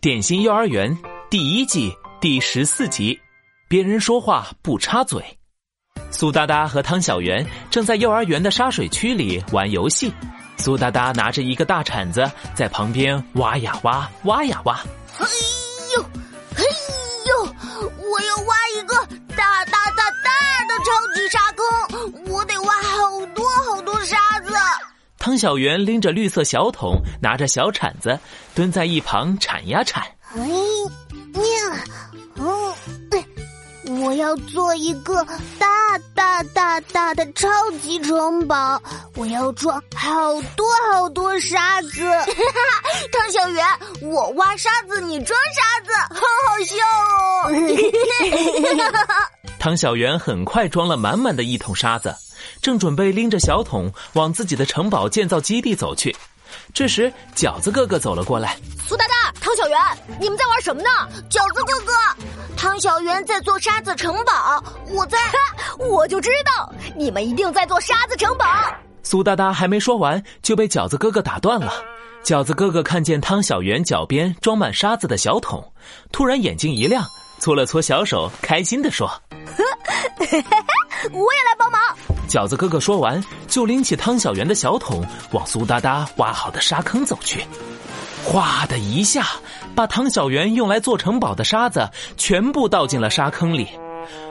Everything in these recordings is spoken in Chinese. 点心幼儿园》第一季第十四集，别人说话不插嘴。苏哒哒和汤小圆正在幼儿园的沙水区里玩游戏，苏哒哒拿着一个大铲子在旁边挖呀挖，挖呀挖。嘿哎呦，嘿呦，我要挖一个大大大大的超级沙坑，我得挖好多好多沙子。汤小圆拎着绿色小桶，拿着小铲子，蹲在一旁铲呀铲。哎呀，哦，对，我要做一个大大大大的超级城堡，我要装好多好多沙子。 汤小圆，我挖沙子，你装沙子，好好笑 哦！汤小圆很快装了满满的一桶沙子，正准备拎着小桶往自己的城堡建造基地走去，这时饺子哥哥走了过来。苏大大、汤小圆，你们在玩什么呢？饺子哥哥，汤小圆在做沙子城堡，我在，我就知道你们一定在做沙子城堡。苏哒哒还没说完就被饺子哥哥打断了。饺子哥哥看见汤小圆脚边装满沙子的小桶，突然眼睛一亮，搓了搓小手，开心地说我也来帮忙。：“饺子哥哥。”说完就拎起汤小圆的小桶，往苏哒哒挖好的沙坑走去。哗的一下，把汤小圆用来做城堡的沙子全部倒进了沙坑里。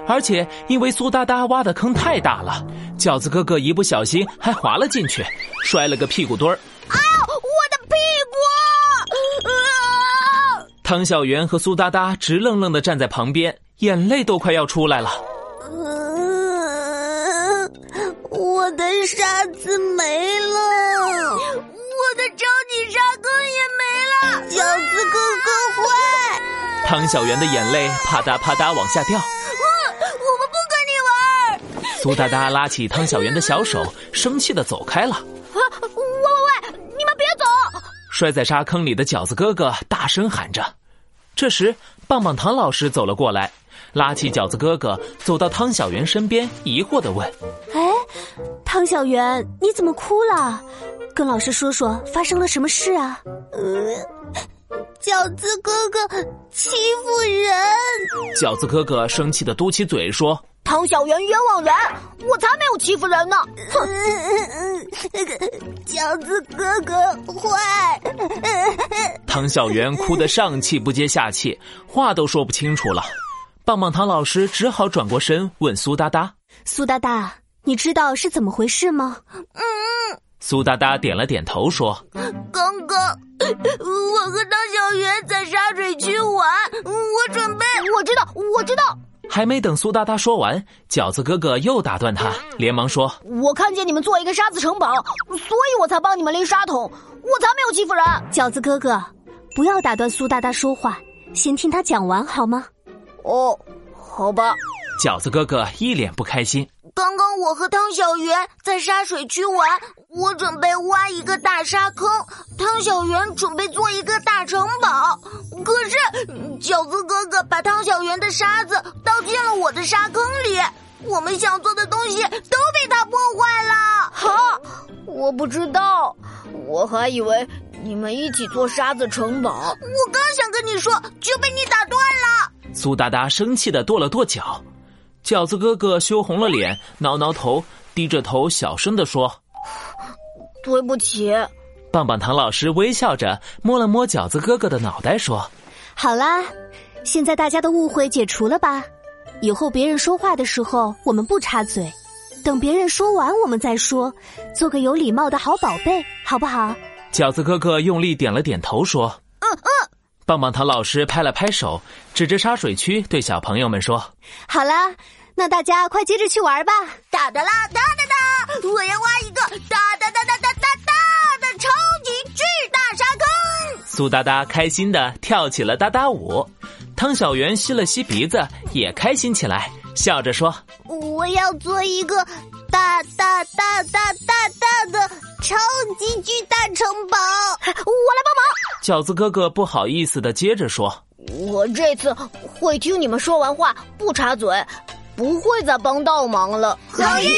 而且因为苏哒哒挖的坑太大了，饺子哥哥一不小心还滑了进去，摔了个屁股墩儿。啊我的屁股！啊！汤小圆和苏哒哒直愣愣的站在旁边，眼泪都快要出来了。嗯，我的沙子没了，我的超级沙坑也没了，饺子哥哥坏，汤小圆的眼泪啪嗒啪嗒往下掉。我我们不跟你苏哒哒拉起汤小圆的小手，生气的走开了。玩。喂喂喂，啊你们别走！摔在沙坑里的饺子哥哥大声喊着。这时，棒棒糖老师走了过来，拉起饺子哥哥走到汤小圆身边，疑惑的问哎，汤小圆，你怎么哭了？跟老师说说发生了什么事啊？饺呃子哥哥欺负人，：“饺子哥哥生气的嘟起嘴说，唐小圆冤枉人，我才没有欺负人呢！哼，饺子哥哥坏。汤小圆哭得上气不接下气，话都说不清楚了。”棒棒糖老师只好转过身问苏哒哒。苏大大，你知道是怎么回事吗？苏哒哒点了点头说刚刚，我和汤小圆在沙水区玩，我准备……我知道，我知道，：“还没等苏哒哒说完，饺子哥哥又打断他，连忙说我看见你们做一个沙子城堡，所以我才帮你们拎沙桶，我才没有欺负人。饺子哥哥，不要打断苏大大说话，先听他讲完好吗？哦，好吧。：‘饺子哥哥一脸不开心。’刚刚我和汤小圆在沙水区玩，我准备挖一个大沙坑，汤小圆准备做一个大城堡。可是嗯饺子哥哥把汤小圆的沙子倒进了我的沙坑里，我们想做的东西都被他破坏了。哈，我不知道，我还以为你们一起做沙子城堡。我刚想跟你说，就被你打断了。苏哒哒生气的跺了跺脚，饺子哥哥羞红了脸，挠挠头，低着头小声的说对不起。：“棒棒糖老师微笑着摸了摸饺子哥哥的脑袋，说好啦，现在大家的误会解除了吧？以后别人说话的时候，我们不插嘴，等别人说完我们再说，做个有礼貌的好宝贝，好不好？：‘饺子哥哥用力点了点头，说：‘嗯嗯。’棒棒糖老师拍了拍手，指着沙水区对小朋友们说好啦，那大家快接着去玩吧。哒哒啦哒哒哒，我要挖一个哒哒哒哒哒哒哒的超级巨大沙坑。：‘苏哒哒开心的跳起了哒哒舞。’汤小圆吸了吸鼻子，也开心起来，笑着说我要做一个大大大大大大的超级巨大城堡。我：‘饺子哥哥不好意思的接着说。’来帮忙，我这次会听你们说完话不插嘴，不会再帮倒忙了。好耶！